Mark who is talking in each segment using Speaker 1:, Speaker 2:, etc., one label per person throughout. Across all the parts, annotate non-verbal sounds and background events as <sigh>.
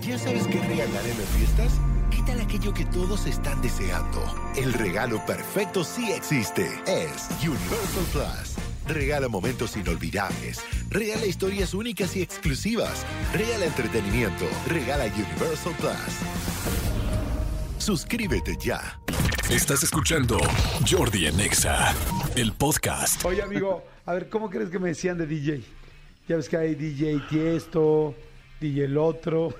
Speaker 1: ¿Ya sabes qué regalar en las fiestas? ¿Qué tal aquello que todos están deseando? El regalo perfecto sí existe. Es Universal Plus. Regala momentos inolvidables. Regala historias únicas y exclusivas. Regala entretenimiento. Regala Universal Plus. Suscríbete ya.
Speaker 2: Estás escuchando Jordi Anexa, el podcast.
Speaker 3: Oye, amigo, a ver, ¿cómo crees que me decían de DJ? Ya ves que hay DJ Tiesto, DJ el otro.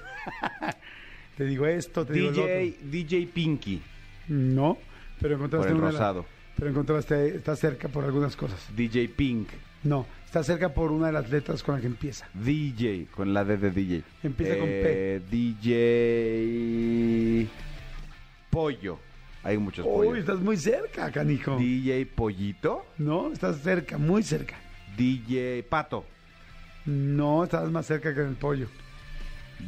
Speaker 3: <laughs> te digo esto, te digo
Speaker 4: DJ,
Speaker 3: el otro.
Speaker 4: DJ Pinky,
Speaker 3: No, pero
Speaker 4: por
Speaker 3: encontraste
Speaker 4: el
Speaker 3: una de la-
Speaker 4: rosado.
Speaker 3: pero encontraste, está cerca por algunas cosas.
Speaker 4: DJ Pink,
Speaker 3: No, está cerca por una de las letras con la que empieza.
Speaker 4: DJ, con la D Eh, de DJ.
Speaker 3: Empieza con
Speaker 4: con P. DJ Pollo. Hay muchos
Speaker 3: Uy,
Speaker 4: pollos.
Speaker 3: estás muy cerca, canijo.
Speaker 4: DJ Pollito,
Speaker 3: No, estás cerca, muy cerca.
Speaker 4: DJ Pato,
Speaker 3: No, estás más cerca que en el pollo.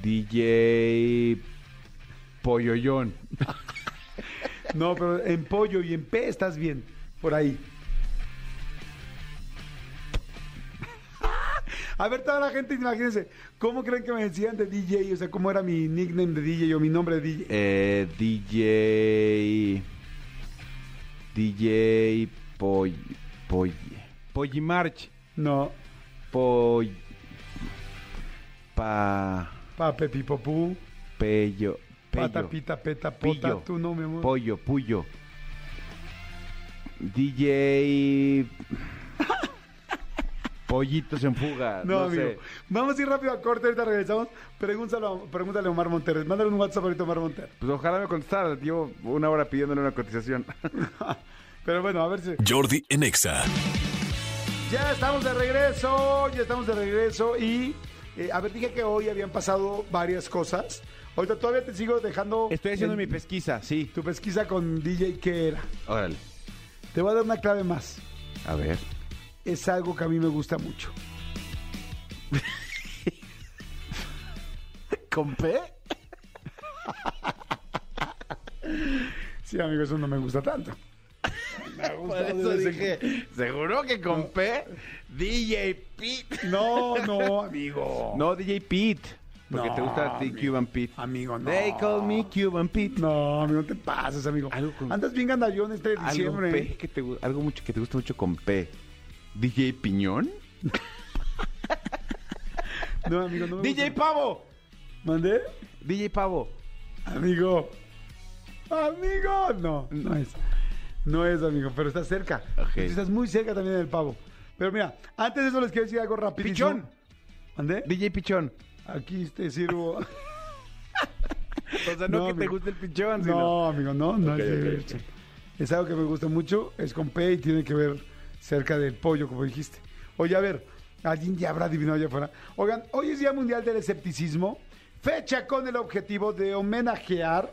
Speaker 4: DJ Polloyón.
Speaker 3: No, pero en pollo y en P estás bien. Por ahí. A ver, toda la gente, imagínense, ¿cómo creen que me decían de DJ? O sea, ¿cómo era mi nickname de DJ o mi nombre de DJ?
Speaker 4: Eh, DJ. DJ Poy. Poy. Pollimarch.
Speaker 3: No,
Speaker 4: Poy. Pa.
Speaker 3: pape, pipopú,
Speaker 4: Pello.
Speaker 3: pata,
Speaker 4: Pello.
Speaker 3: pita, peta, pota,
Speaker 4: Pillo.
Speaker 3: tú no, mi amor.
Speaker 4: Pollo, puyo.
Speaker 3: <laughs>
Speaker 4: DJ. Pollitos en fuga.
Speaker 3: No,
Speaker 4: No,
Speaker 3: amigo.
Speaker 4: sé.
Speaker 3: Vamos a ir rápido a corte, ahorita regresamos. Pregúntalo, pregúntale a Omar Monterres. Mándale un WhatsApp ahorita a Omar Monterres.
Speaker 4: Pues ojalá me contestara. Llevo una hora pidiéndole
Speaker 3: <laughs>
Speaker 4: una cotización.
Speaker 3: Pero bueno, a ver si.
Speaker 2: Jordi Anexa.
Speaker 3: Ya estamos de regreso, ya estamos de regreso y eh, a ver, dije que hoy habían pasado varias cosas. Ahorita todavía te sigo dejando
Speaker 4: Estoy haciendo
Speaker 3: el-
Speaker 4: mi pesquisa, sí.
Speaker 3: tu pesquisa con DJ que era.
Speaker 4: Órale.
Speaker 3: Te voy a dar una clave más.
Speaker 4: A ver.
Speaker 3: Es algo que a mí me gusta mucho.
Speaker 4: <laughs> ¿Con P?
Speaker 3: Sí, amigo, eso no me gusta
Speaker 4: <laughs>
Speaker 3: tanto. Me
Speaker 4: Por
Speaker 3: gusta
Speaker 4: eso
Speaker 3: desde
Speaker 4: dije, ¿seguro que con P? DJ Pete.
Speaker 3: que- No, no, amigo.
Speaker 4: No, DJ Pete. Porque
Speaker 3: No,
Speaker 4: te gusta The
Speaker 3: amigo.
Speaker 4: Cuban Pete.
Speaker 3: Amigo, no.
Speaker 4: They call me Cuban Pete.
Speaker 3: No, amigo, no te pases, amigo.
Speaker 4: Algo con-
Speaker 3: Andas bien gandallón este
Speaker 4: Algo,
Speaker 3: diciembre.
Speaker 4: P que te gu- algo mucho, que te gusta mucho con P. DJ Piñón.
Speaker 3: No, amigo, no me
Speaker 4: DJ
Speaker 3: gusta.
Speaker 4: Pavo.
Speaker 3: ¿Mandé?
Speaker 4: DJ Pavo.
Speaker 3: Amigo. Amigo. No, no es. No es, amigo, pero está cerca.
Speaker 4: Ok.
Speaker 3: Entonces, Estás muy cerca también del pavo. Pero mira, antes de eso les quiero decir algo rapidísimo.
Speaker 4: Pichón.
Speaker 3: ¿Mandé?
Speaker 4: DJ Pichón.
Speaker 3: Aquí te
Speaker 4: <laughs>
Speaker 3: sirvo.
Speaker 4: O sea, no,
Speaker 3: No,
Speaker 4: que te
Speaker 3: amigo.
Speaker 4: guste el pichón, sino...
Speaker 3: no, amigo, no, no
Speaker 4: Ok,
Speaker 3: es de-
Speaker 4: ok, ok.
Speaker 3: Es algo que me gusta mucho, es con P y tiene que ver cerca del pollo, como dijiste. Oye, a ver, alguien ya habrá adivinado allá afuera. Oigan, hoy es Día Mundial del Escepticismo, fecha con el objetivo de homenajear,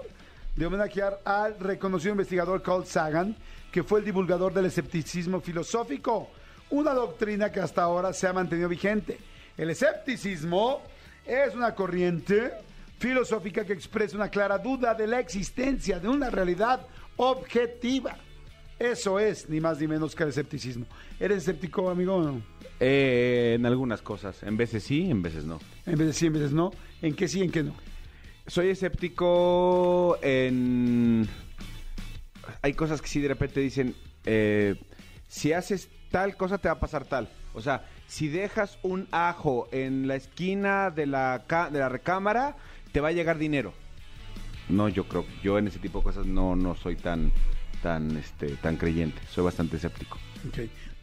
Speaker 3: de homenajear al reconocido investigador Carl Sagan, que fue el divulgador del escepticismo filosófico, una doctrina que hasta ahora se ha mantenido vigente. El escepticismo es una corriente filosófica que expresa una clara duda de la existencia de una realidad objetiva. Eso es, ni más ni menos que el escepticismo. ¿Eres escéptico, amigo, o no?
Speaker 4: Eh, en algunas cosas. En veces sí, en veces no.
Speaker 3: En vez de sí, en veces no. ¿En qué sí, en qué no?
Speaker 4: Soy escéptico en... Hay cosas que sí de repente dicen, eh, si haces tal cosa te va a pasar tal. O sea, si dejas un ajo en la esquina de la, ca- de la recámara, te va a llegar dinero. No, yo creo, yo en ese tipo de cosas no, no soy tan, tan, este, tan creyente. Soy bastante escéptico.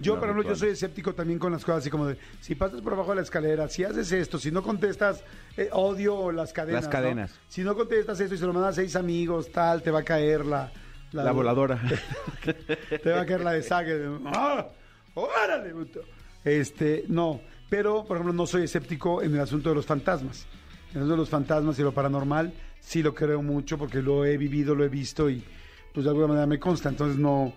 Speaker 3: Yo,
Speaker 4: Los
Speaker 3: por ejemplo, yo
Speaker 4: rituales.
Speaker 3: soy escéptico también con las cosas así como de, si pasas por abajo de la escalera, si haces esto, si no contestas, eh, odio las cadenas.
Speaker 4: Las
Speaker 3: ¿no?
Speaker 4: cadenas.
Speaker 3: Si no contestas esto y se lo mandas a seis amigos, tal, te va a caer la...
Speaker 4: La, voladora.
Speaker 3: Te va a caer la de Sague. ¡Ah! ¡Órale! puto! Este, no. Pero, por ejemplo, no soy escéptico en el asunto de los fantasmas. En el asunto de los fantasmas y lo paranormal, sí lo creo mucho porque lo he vivido, lo he visto y, pues, de alguna manera me consta. Entonces, no,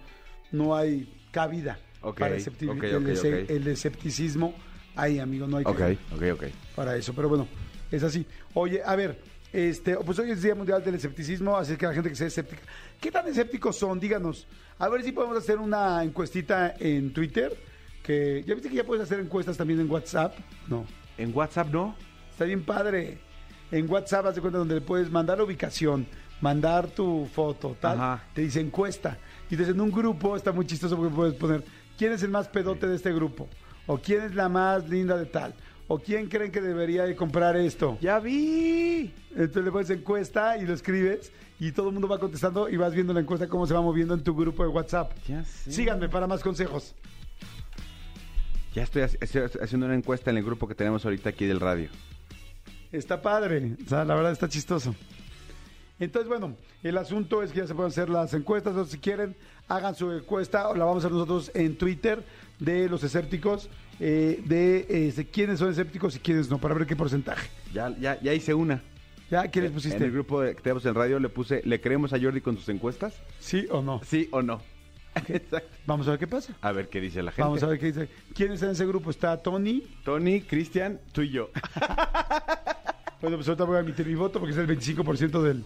Speaker 3: no hay cabida
Speaker 4: Ok,
Speaker 3: para escepti-
Speaker 4: ok,
Speaker 3: el,
Speaker 4: ok,
Speaker 3: ese-
Speaker 4: ok.
Speaker 3: el escepticismo. Ahí, amigo, no hay
Speaker 4: <laughs> ok,
Speaker 3: cabida
Speaker 4: ok, ok.
Speaker 3: para eso. Pero bueno, es así. Oye, a ver, este, pues hoy es Día Mundial del Escepticismo, así que la gente que sea escéptica. ¿Qué tan escépticos son? Díganos. A ver si podemos hacer una encuestita en Twitter. Que ya viste que ya puedes hacer encuestas también en WhatsApp. No.
Speaker 4: En WhatsApp no.
Speaker 3: Está bien padre. en WhatsApp, haz de cuenta, donde le puedes mandar la ubicación, mandar tu foto, tal.
Speaker 4: Ajá.
Speaker 3: Te dice encuesta. Y entonces en un grupo está muy chistoso porque puedes poner quién es el más pedote de este grupo, o quién es la más linda de tal, o quién creen que debería de comprar esto.
Speaker 4: ¡Ya vi!
Speaker 3: Entonces le pones encuesta y lo escribes y todo el mundo va contestando y vas viendo la encuesta cómo se va moviendo en tu grupo de WhatsApp.
Speaker 4: Ya sé.
Speaker 3: Síganme para más consejos.
Speaker 4: Ya estoy haci- haci- haciendo una encuesta en el grupo que tenemos ahorita aquí del radio.
Speaker 3: Está padre, o sea, la verdad está chistoso. Entonces, bueno, el asunto es que ya se pueden hacer las encuestas, o si quieren, hagan su encuesta, o la vamos a hacer nosotros en Twitter de los escépticos, eh, de eh, de quiénes son escépticos y quiénes no, para ver qué porcentaje.
Speaker 4: Ya, ya, ya hice una.
Speaker 3: ¿Ya? ¿Quién les
Speaker 4: En el
Speaker 3: pusiste?
Speaker 4: grupo de- que tenemos en radio le puse, ¿le creemos a Jordi con sus encuestas?
Speaker 3: ¿Sí o no?
Speaker 4: ¿Sí o no? <laughs> Exacto.
Speaker 3: Vamos a ver qué pasa.
Speaker 4: A ver qué dice la gente.
Speaker 3: Vamos a ver qué dice. ¿Quién está en ese grupo? Está Tony.
Speaker 4: Tony, Cristian,
Speaker 3: <laughs>
Speaker 4: tú y yo.
Speaker 3: Bueno, pues ahorita voy a emitir mi voto porque es el 25% del,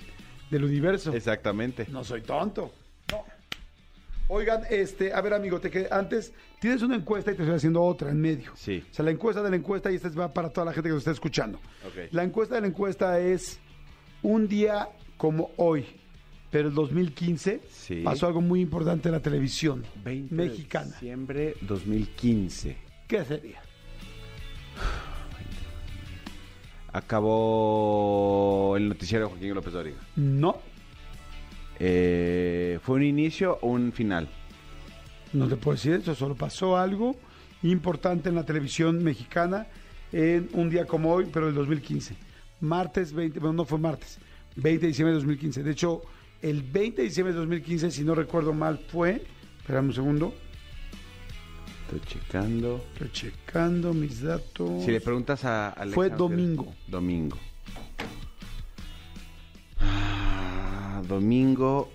Speaker 3: del universo.
Speaker 4: Exactamente.
Speaker 3: No soy tonto. No. Oigan, este, a ver, amigo, te que antes tienes una encuesta y te estoy haciendo otra en medio.
Speaker 4: Sí.
Speaker 3: O sea, la encuesta de la encuesta y esta va para toda la gente que nos está escuchando.
Speaker 4: Ok.
Speaker 3: La encuesta de la encuesta es un día como hoy, pero el 2015
Speaker 4: Sí.
Speaker 3: pasó algo muy importante en la televisión
Speaker 4: 20 de
Speaker 3: mexicana.
Speaker 4: diciembre 2015.
Speaker 3: ¿Qué sería?
Speaker 4: Acabó el noticiero de Joaquín López Dóriga.
Speaker 3: No,
Speaker 4: Eh, ¿Fue un inicio o un final?
Speaker 3: No te puedo decir eso, solo pasó algo importante en la televisión mexicana en un día como hoy, pero el 2015. Martes 20, bueno, no fue martes, 20 de diciembre de 2015. De hecho, el 20 de diciembre de 2015, si no recuerdo mal, fue, espérame un segundo,
Speaker 4: Estoy checando.
Speaker 3: estoy checando mis datos.
Speaker 4: Si le preguntas a Alexa,
Speaker 3: Fue
Speaker 4: ¿qué-
Speaker 3: domingo.
Speaker 4: Domingo. Ah, domingo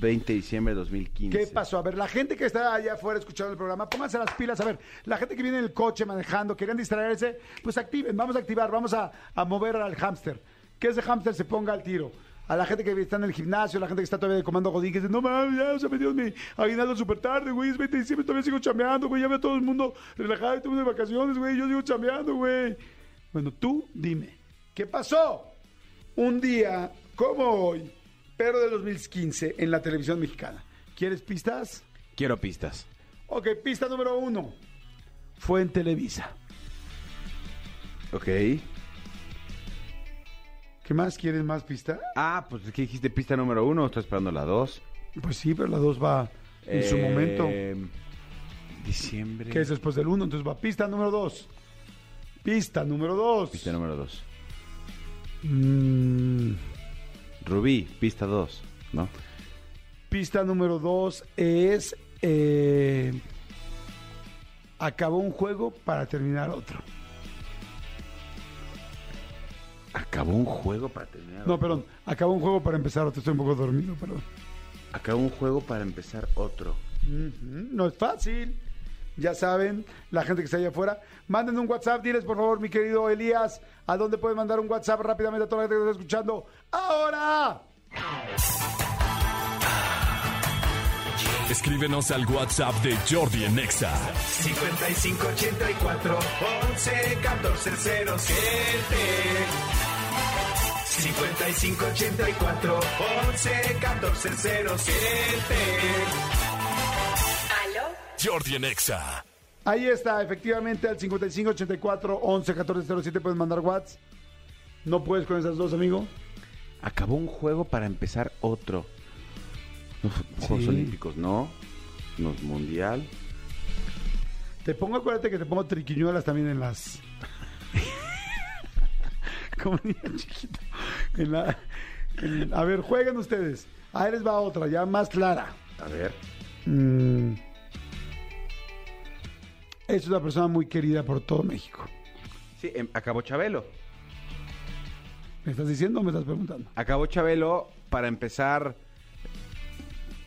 Speaker 4: 20 de diciembre de 2015.
Speaker 3: ¿Qué pasó? A ver, la gente que está allá afuera escuchando el programa, pónganse las pilas. A ver, la gente que viene en el coche manejando, querían distraerse, pues activen, vamos a activar, vamos a, a mover al hámster. Que ese hámster se ponga al tiro. A la gente que está en el gimnasio, la gente que está todavía de comando Godín, que dice, no mames, ya se me dio mi aguinaldo súper tarde, güey, es 20 de diciembre, todavía sigo chambeando, güey, ya veo a todo el mundo relajado, y todo el mundo de vacaciones, güey, yo sigo chambeando, güey. Bueno, tú dime, ¿qué pasó? un día como hoy, pero de 2015, en la televisión mexicana. ¿Quieres pistas?
Speaker 4: Quiero pistas.
Speaker 3: Ok, pista número uno. Fue en Televisa.
Speaker 4: Ok.
Speaker 3: ¿Qué más? ¿Quieres más pista?
Speaker 4: Ah, pues es que dijiste pista número uno, estoy esperando la dos.
Speaker 3: Pues sí, pero la dos va en su
Speaker 4: Eh,
Speaker 3: momento.
Speaker 4: Diciembre.
Speaker 3: Que es después del uno, entonces va pista número dos. Pista número dos.
Speaker 4: Pista número dos.
Speaker 3: Mm,
Speaker 4: Rubí, pista dos, ¿no?
Speaker 3: pista número dos es... eh, acabó un juego para terminar otro.
Speaker 4: Acabó un juego para terminar.
Speaker 3: No,
Speaker 4: otro.
Speaker 3: perdón. Acabó un juego para empezar otro. Estoy un poco dormido, perdón.
Speaker 4: Acabó un juego para empezar otro.
Speaker 3: Ujú, No es fácil. Ya saben, la gente que está allá afuera, manden un WhatsApp, diles por favor, mi querido Elías, ¿a dónde pueden mandar un WhatsApp rápidamente a toda la gente que está escuchando? ¡Ahora!
Speaker 2: Escríbenos al WhatsApp de Jordi en Exa.
Speaker 5: 5584 11 14 07 5584 11 14 07
Speaker 6: ¿Aló?
Speaker 2: Jordi en Exa.
Speaker 3: Ahí está, efectivamente, al 5584 11 14 07 pueden mandar WhatsApp. No puedes con esas dos, amigo.
Speaker 4: Acabó un juego para empezar otro. No, Juegos
Speaker 3: Sí.
Speaker 4: Olímpicos, no. No es mundial.
Speaker 3: Te pongo, acuérdate que te pongo triquiñuelas también en las. <laughs> Como niño chiquito. En la- en- A ver, jueguen ustedes. Ahí les va otra, ya más clara.
Speaker 4: A ver.
Speaker 3: Mm. Es una persona muy querida por todo México.
Speaker 4: Sí, em, acabó Chabelo.
Speaker 3: ¿Me estás diciendo o me estás preguntando?
Speaker 4: Acabó Chabelo para empezar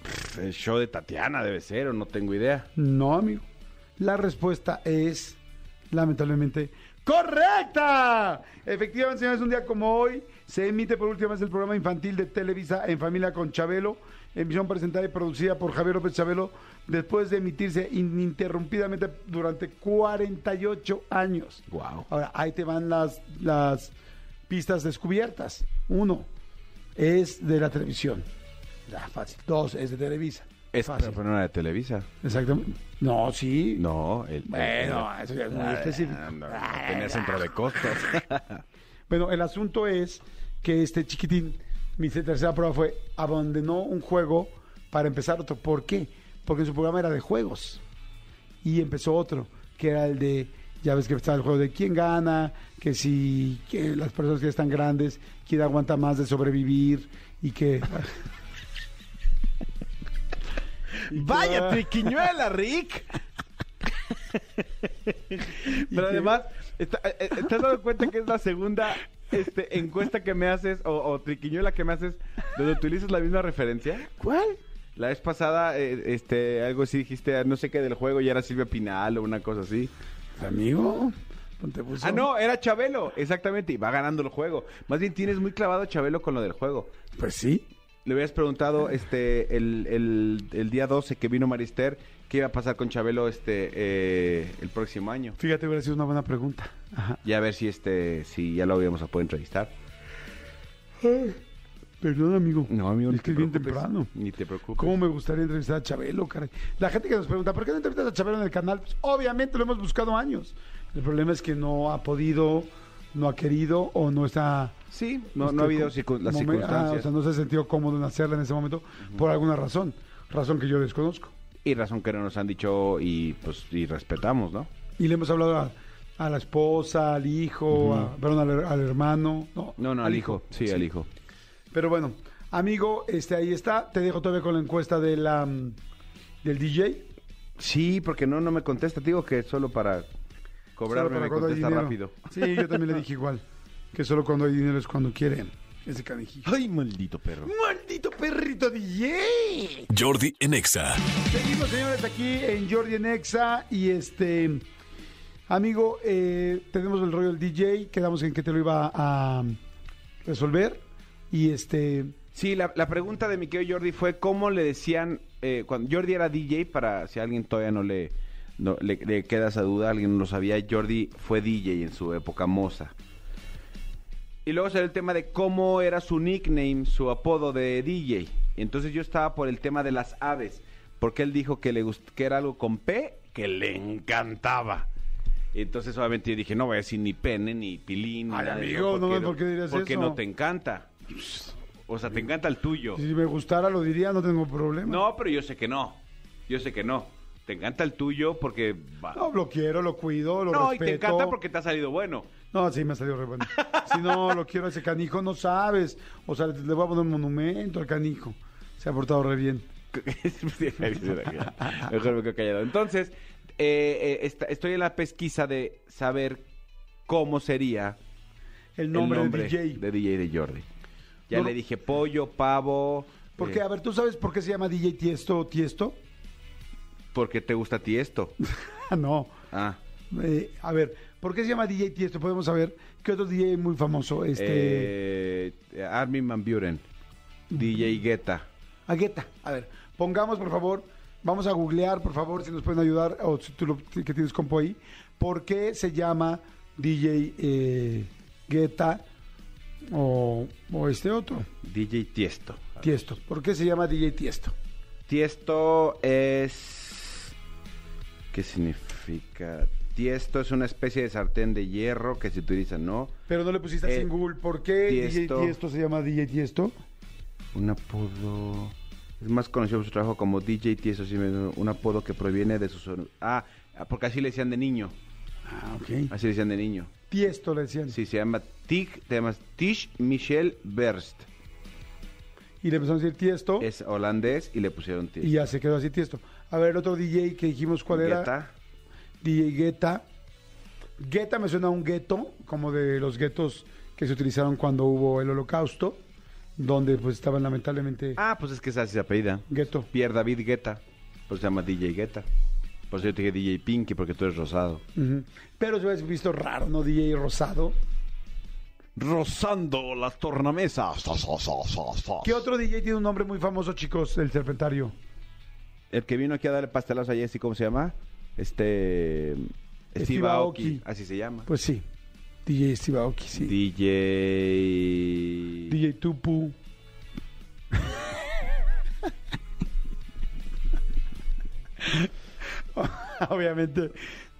Speaker 4: pff, el show de Tatiana, debe ser, o no tengo idea.
Speaker 3: No, amigo. La respuesta es, lamentablemente, correcta. Efectivamente, señores, un día como hoy se emite por última vez el programa infantil de Televisa en familia con Chabelo, emisión presentada y producida por Javier López Chabelo, después de emitirse ininterrumpidamente durante 48 años.
Speaker 4: Wow.
Speaker 3: Ahora, ahí te van las, las pistas descubiertas. Uno, es de la televisión. Ya, fácil. Dos, es de Televisa.
Speaker 4: Es
Speaker 3: fácil.
Speaker 4: pero no era de Televisa.
Speaker 3: Exactamente. No, sí.
Speaker 4: No, el,
Speaker 3: Bueno,
Speaker 4: el-
Speaker 3: eso ya es muy
Speaker 4: Ah,
Speaker 3: específico.
Speaker 4: no, no tenía centro de costos.
Speaker 3: Bueno, el asunto es que este chiquitín, mi tercera prueba fue, abandonó un juego para empezar otro. ¿Por qué? Porque su programa era de juegos. Y empezó otro, que era el de, ya ves que estaba el juego de quién gana, que si que las personas que están grandes, quién aguanta más de sobrevivir y
Speaker 4: <laughs>
Speaker 3: que...
Speaker 4: Vaya triquiñuela, Rick. Pero además, está- eh, eh, ¿te has dado cuenta que es la segunda este, encuesta que me haces o, o triquiñuela que me haces donde utilizas la misma referencia?
Speaker 3: ¿Cuál?
Speaker 4: La vez pasada, eh, este, algo así dijiste, ah, no sé qué del juego, y era Silvia Pinal o una cosa así.
Speaker 3: Amigo. ponte pues, buzo.
Speaker 4: Ah, no, era Chabelo, exactamente, y va ganando el juego. Más bien tienes muy clavado a Chabelo con lo del juego.
Speaker 3: Pues sí.
Speaker 4: Le hubieras preguntado este el, el- el día 12 que vino Marister qué iba a pasar con Chabelo este eh, el próximo año.
Speaker 3: Fíjate, hubiera sido una buena pregunta. Ajá.
Speaker 4: Y a ver si este si ya lo habíamos podido entrevistar.
Speaker 3: Perdón, amigo.
Speaker 4: Eh. No, amigo,
Speaker 3: es que es bien
Speaker 4: preocupes,
Speaker 3: temprano.
Speaker 4: Ni te preocupes.
Speaker 3: ¿Cómo me gustaría entrevistar a Chabelo, caray? La gente que nos pregunta, ¿por qué no entrevistas a Chabelo en el canal? Pues obviamente lo hemos buscado años. El problema es que no ha podido, no ha querido o no está...
Speaker 4: Sí, no,
Speaker 3: este,
Speaker 4: no ha habido
Speaker 3: con-
Speaker 4: circun- las
Speaker 3: momen-
Speaker 4: circunstancias.
Speaker 3: Ah, o sea, no se ha sentido cómodo en hacerla en ese momento por alguna razón. Razón que yo desconozco.
Speaker 4: Y razón que no nos han dicho y pues y respetamos, ¿no?
Speaker 3: Y le hemos hablado a, a la esposa, al hijo, a- perdón, al, al hermano. No,
Speaker 4: No, no, al hijo. Sí, al hijo.
Speaker 3: Pero bueno, amigo, este ahí está. Te dejo todavía con la encuesta de la, mm, del DJ.
Speaker 4: Sí, porque no, no me contesta, te digo que solo para
Speaker 3: Solo
Speaker 4: cobrarme
Speaker 3: para
Speaker 4: me
Speaker 3: cuando hay
Speaker 4: contesta
Speaker 3: dinero.
Speaker 4: rápido.
Speaker 3: Sí, yo también le dije igual. Que solo cuando hay dinero es cuando quieren. Ese canijillo.
Speaker 4: Ay, maldito perro.
Speaker 3: ¡Maldito perrito DJ!
Speaker 2: Jordi en Exa.
Speaker 3: Seguimos, señores, aquí en Jordi en Exa. Y este. Amigo, eh, tenemos el rollo del DJ. Quedamos en que te lo iba a resolver. Y este.
Speaker 4: Sí, la, la pregunta de mi querido Jordi fue cómo le decían, eh, cuando Jordi era DJ, para si alguien todavía no le, no- le, le queda esa duda, alguien no lo sabía, Jordi fue DJ en su época moza. Y luego salió el tema de cómo era su nickname, su apodo de DJ. Entonces yo estaba por el tema de las aves, porque él dijo que, le gust- que era algo con P que le encantaba. Entonces obviamente yo dije, no voy a decir ni pene, ni pilín, ni
Speaker 3: Ay,
Speaker 4: de eso,
Speaker 3: amigo, no,
Speaker 4: porque
Speaker 3: ¿por qué dirías
Speaker 4: Porque
Speaker 3: eso?
Speaker 4: no te encanta. O sea, te encanta el tuyo.
Speaker 3: Si me gustara, lo diría, no tengo problema.
Speaker 4: No, pero yo sé que no. Yo sé que no. Te encanta el tuyo porque... va-
Speaker 3: No, lo quiero, lo cuido, lo
Speaker 4: No, y
Speaker 3: respeto.
Speaker 4: te encanta porque te ha salido bueno.
Speaker 3: No, sí, me ha salido re bueno. Si no lo quiero a ese canijo, no sabes. O sea, le voy a poner un monumento al canijo. Se ha portado re bien.
Speaker 4: <laughs> Mejor me quedo callado. Entonces, eh, eh, esta- estoy en la pesquisa de saber cómo sería
Speaker 3: El nombre,
Speaker 4: el
Speaker 3: de DJ.
Speaker 4: de DJ de Jordi. Ya
Speaker 3: No,
Speaker 4: le
Speaker 3: no.
Speaker 4: dije pollo, pavo...
Speaker 3: Porque,
Speaker 4: eh,
Speaker 3: a ver, ¿tú sabes por qué se llama DJ Tiesto o Tiesto? <laughs>
Speaker 4: porque te gusta a ti esto.
Speaker 3: Ah, no.
Speaker 4: Ah.
Speaker 3: Eh, a ver, ¿por qué se llama DJ Tiesto? Podemos saber qué otro DJ muy famoso. <laughs> Este.
Speaker 4: Eh, Armin Van Buren. DJ Guetta.
Speaker 3: Agueta. A ver, pongamos, por favor, vamos a googlear, por favor, si nos pueden ayudar, o si tú lo que tienes compo ahí, ¿por qué se llama DJ eh, Guetta o, o este otro?
Speaker 4: DJ Tiesto.
Speaker 3: Tiesto. ¿Por qué se llama DJ Tiesto?
Speaker 4: Tiesto es... ¿Qué significa? Tiesto es una especie de sartén de hierro que se utiliza, ¿no?
Speaker 3: Pero no le pusiste así
Speaker 4: Eh,
Speaker 3: en Google, ¿por qué
Speaker 4: Tiesto.
Speaker 3: DJ Tiesto se llama DJ Tiesto?
Speaker 4: Un apodo... Es más conocido por su trabajo como DJ Tiesto, sí, un apodo que proviene de sus... or- Ah, porque así le decían de niño.
Speaker 3: Ah, ok.
Speaker 4: Así le decían de niño.
Speaker 3: Tiesto le decían.
Speaker 4: Sí, se llama Tig, te llamas Tish Michel Berst.
Speaker 3: Y le empezaron a decir Tiesto
Speaker 4: Es holandés y le pusieron Tiesto.
Speaker 3: y ya se quedó así Tiesto. A ver, el otro DJ que dijimos cuál era.
Speaker 4: Guetta.
Speaker 3: DJ Guetta. Guetta me suena a un gueto, como de los guetos que se utilizaron cuando hubo el holocausto, donde pues estaban lamentablemente
Speaker 4: Ah, pues es que esa es su apellida.
Speaker 3: gueto.
Speaker 4: Pierre David Guetta. Pues se llama DJ Guetta. Por eso yo te dije DJ Pinky porque tú eres rosado.
Speaker 3: Ujú. Pero se hubiera visto raro, ¿no? DJ Rosado.
Speaker 4: Rosando las tornamesas.
Speaker 3: ¿Qué otro DJ tiene un nombre muy famoso, chicos? El Serpentario.
Speaker 4: El que vino aquí a darle pastelazo a Jessy, ¿cómo se llama? Este. Steve
Speaker 3: Steve Aoki.
Speaker 4: Aoki. Así se llama.
Speaker 3: Pues sí, DJ Steve Aoki, sí.
Speaker 4: DJ.
Speaker 3: DJ Tupu. <laughs> Obviamente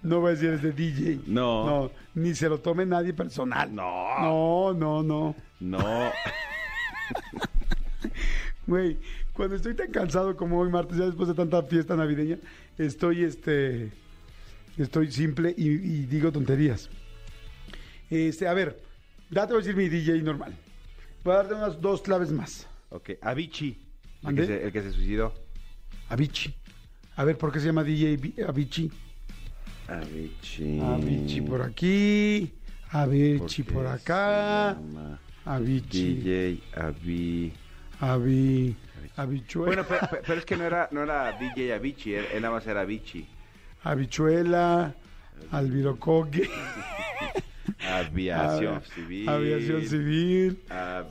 Speaker 3: no voy a decir es de DJ.
Speaker 4: No.
Speaker 3: No, ni se lo tome nadie personal. No. No, no, no. <laughs>
Speaker 4: No.
Speaker 3: Güey, cuando estoy tan cansado como hoy martes, ya después de tanta fiesta navideña, estoy este. Estoy simple y, y digo tonterías. Este, a ver, ya te voy a decir mi DJ normal. Voy a darte unas dos claves más.
Speaker 4: Ok. Avicii. El
Speaker 3: ¿Mande?
Speaker 4: que, se, el que se suicidó.
Speaker 3: Avicii. A ver, ¿por qué se llama DJ Vi- Avicii?
Speaker 4: Avicii.
Speaker 3: Avicii por aquí. Avicii
Speaker 4: qué
Speaker 3: por
Speaker 4: se
Speaker 3: acá.
Speaker 4: llama
Speaker 3: Avicii.
Speaker 4: DJ Avi.
Speaker 3: Avi. Habichuela.
Speaker 4: Bueno, pero, pero- pero es que no era, no era DJ Avicii, él, él nada más era Avicii.
Speaker 3: Habichuela. Albirocoque.
Speaker 4: Aviación
Speaker 3: Av-
Speaker 4: civil.
Speaker 3: Ah, Aviación civil. Ah,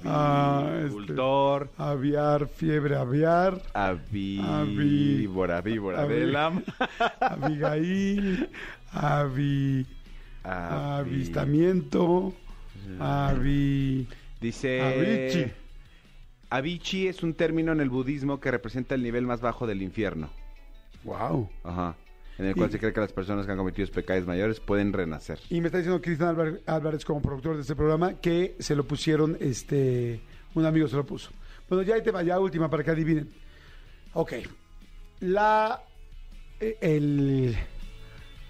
Speaker 3: este-
Speaker 4: Avicultor.
Speaker 3: Aviar, fiebre aviar.
Speaker 4: Avi...
Speaker 3: Avi-
Speaker 4: Víbora, víbora
Speaker 3: Avi-
Speaker 4: del am-
Speaker 3: Abigail. Avi.
Speaker 4: Avi-
Speaker 3: Avistamiento.
Speaker 4: Eh.
Speaker 3: Avi.
Speaker 4: Dice...
Speaker 3: Avicii.
Speaker 4: Avicii es un término en el budismo que representa el nivel más bajo del infierno.
Speaker 3: Wow.
Speaker 4: Ajá. En el cual
Speaker 3: Y-
Speaker 4: se cree que las personas que han cometido pecados mayores pueden renacer.
Speaker 3: Y me está diciendo Cristian Álvar- Álvarez como productor de este programa que se lo pusieron, este, un amigo se lo puso. Bueno, ya ahí te va, ya última para que adivinen. Ok. La, eh, el,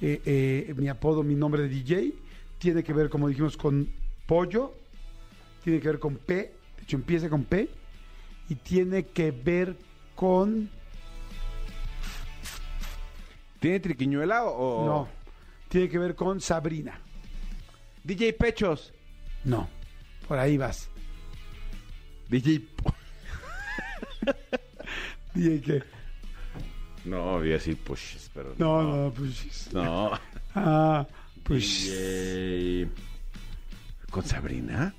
Speaker 3: eh, eh, mi apodo, mi nombre de DJ, tiene que ver, como dijimos, con pollo, tiene que ver con P, de hecho empieza con P, y tiene que ver con,
Speaker 4: ¿Tiene triquiñuela o...? o-
Speaker 3: no, tiene que ver con Sabrina.
Speaker 4: DJ Pechos.
Speaker 3: No, por ahí vas.
Speaker 4: DJ...
Speaker 3: DJ que,
Speaker 4: No, voy a decir pushes, pero...
Speaker 3: no, no, pues...
Speaker 4: No.
Speaker 3: Ah, pues
Speaker 4: DJ... ¿Con Sabrina?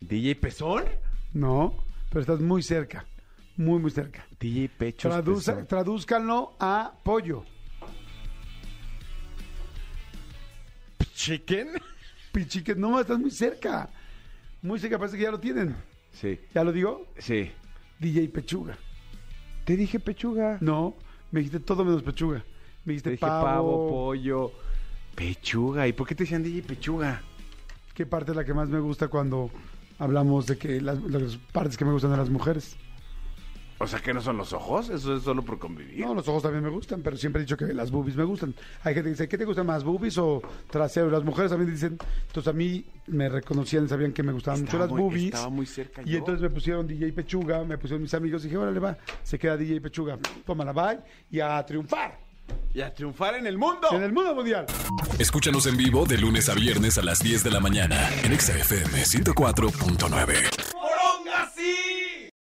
Speaker 4: ¿DJ Pezón?
Speaker 3: no, pero estás muy cerca, muy, muy cerca.
Speaker 4: DJ Pechos.
Speaker 3: Traduza, tradúzcanlo a pollo.
Speaker 4: ¿Chicken?
Speaker 3: Pichique, no, estás muy cerca. Muy cerca, parece que ya lo tienen.
Speaker 4: Sí,
Speaker 3: ¿Ya lo digo?
Speaker 4: sí.
Speaker 3: DJ Pechuga.
Speaker 4: Te dije pechuga.
Speaker 3: No, me dijiste todo menos pechuga. Me dijiste
Speaker 4: Te dije
Speaker 3: pavo,
Speaker 4: pavo, pollo, pechuga. ¿Y por qué te decían DJ pechuga?
Speaker 3: ¿Qué parte es la que más me gusta cuando hablamos de que las, las partes que me gustan de las mujeres?
Speaker 4: O sea, que no son los ojos, eso es solo por convivir.
Speaker 3: No, los ojos también me gustan, pero siempre he dicho que las boobies me gustan. Hay gente que dice, ¿qué te gustan más, boobies o trasero? Y Las mujeres también dicen, entonces a mí me reconocían, sabían que me gustaban
Speaker 4: Estaba
Speaker 3: mucho las
Speaker 4: muy-
Speaker 3: boobies.
Speaker 4: estaba muy cerca
Speaker 3: Y
Speaker 4: yo.
Speaker 3: entonces me pusieron DJ Pechuga, me pusieron mis amigos y dije, órale, va, se queda DJ Pechuga. Tómala, bye, y a triunfar
Speaker 4: Y a triunfar en el mundo.
Speaker 3: en el mundo mundial.
Speaker 2: Escúchanos en vivo de lunes a viernes a las 10 de la mañana en Exa FM 104.9.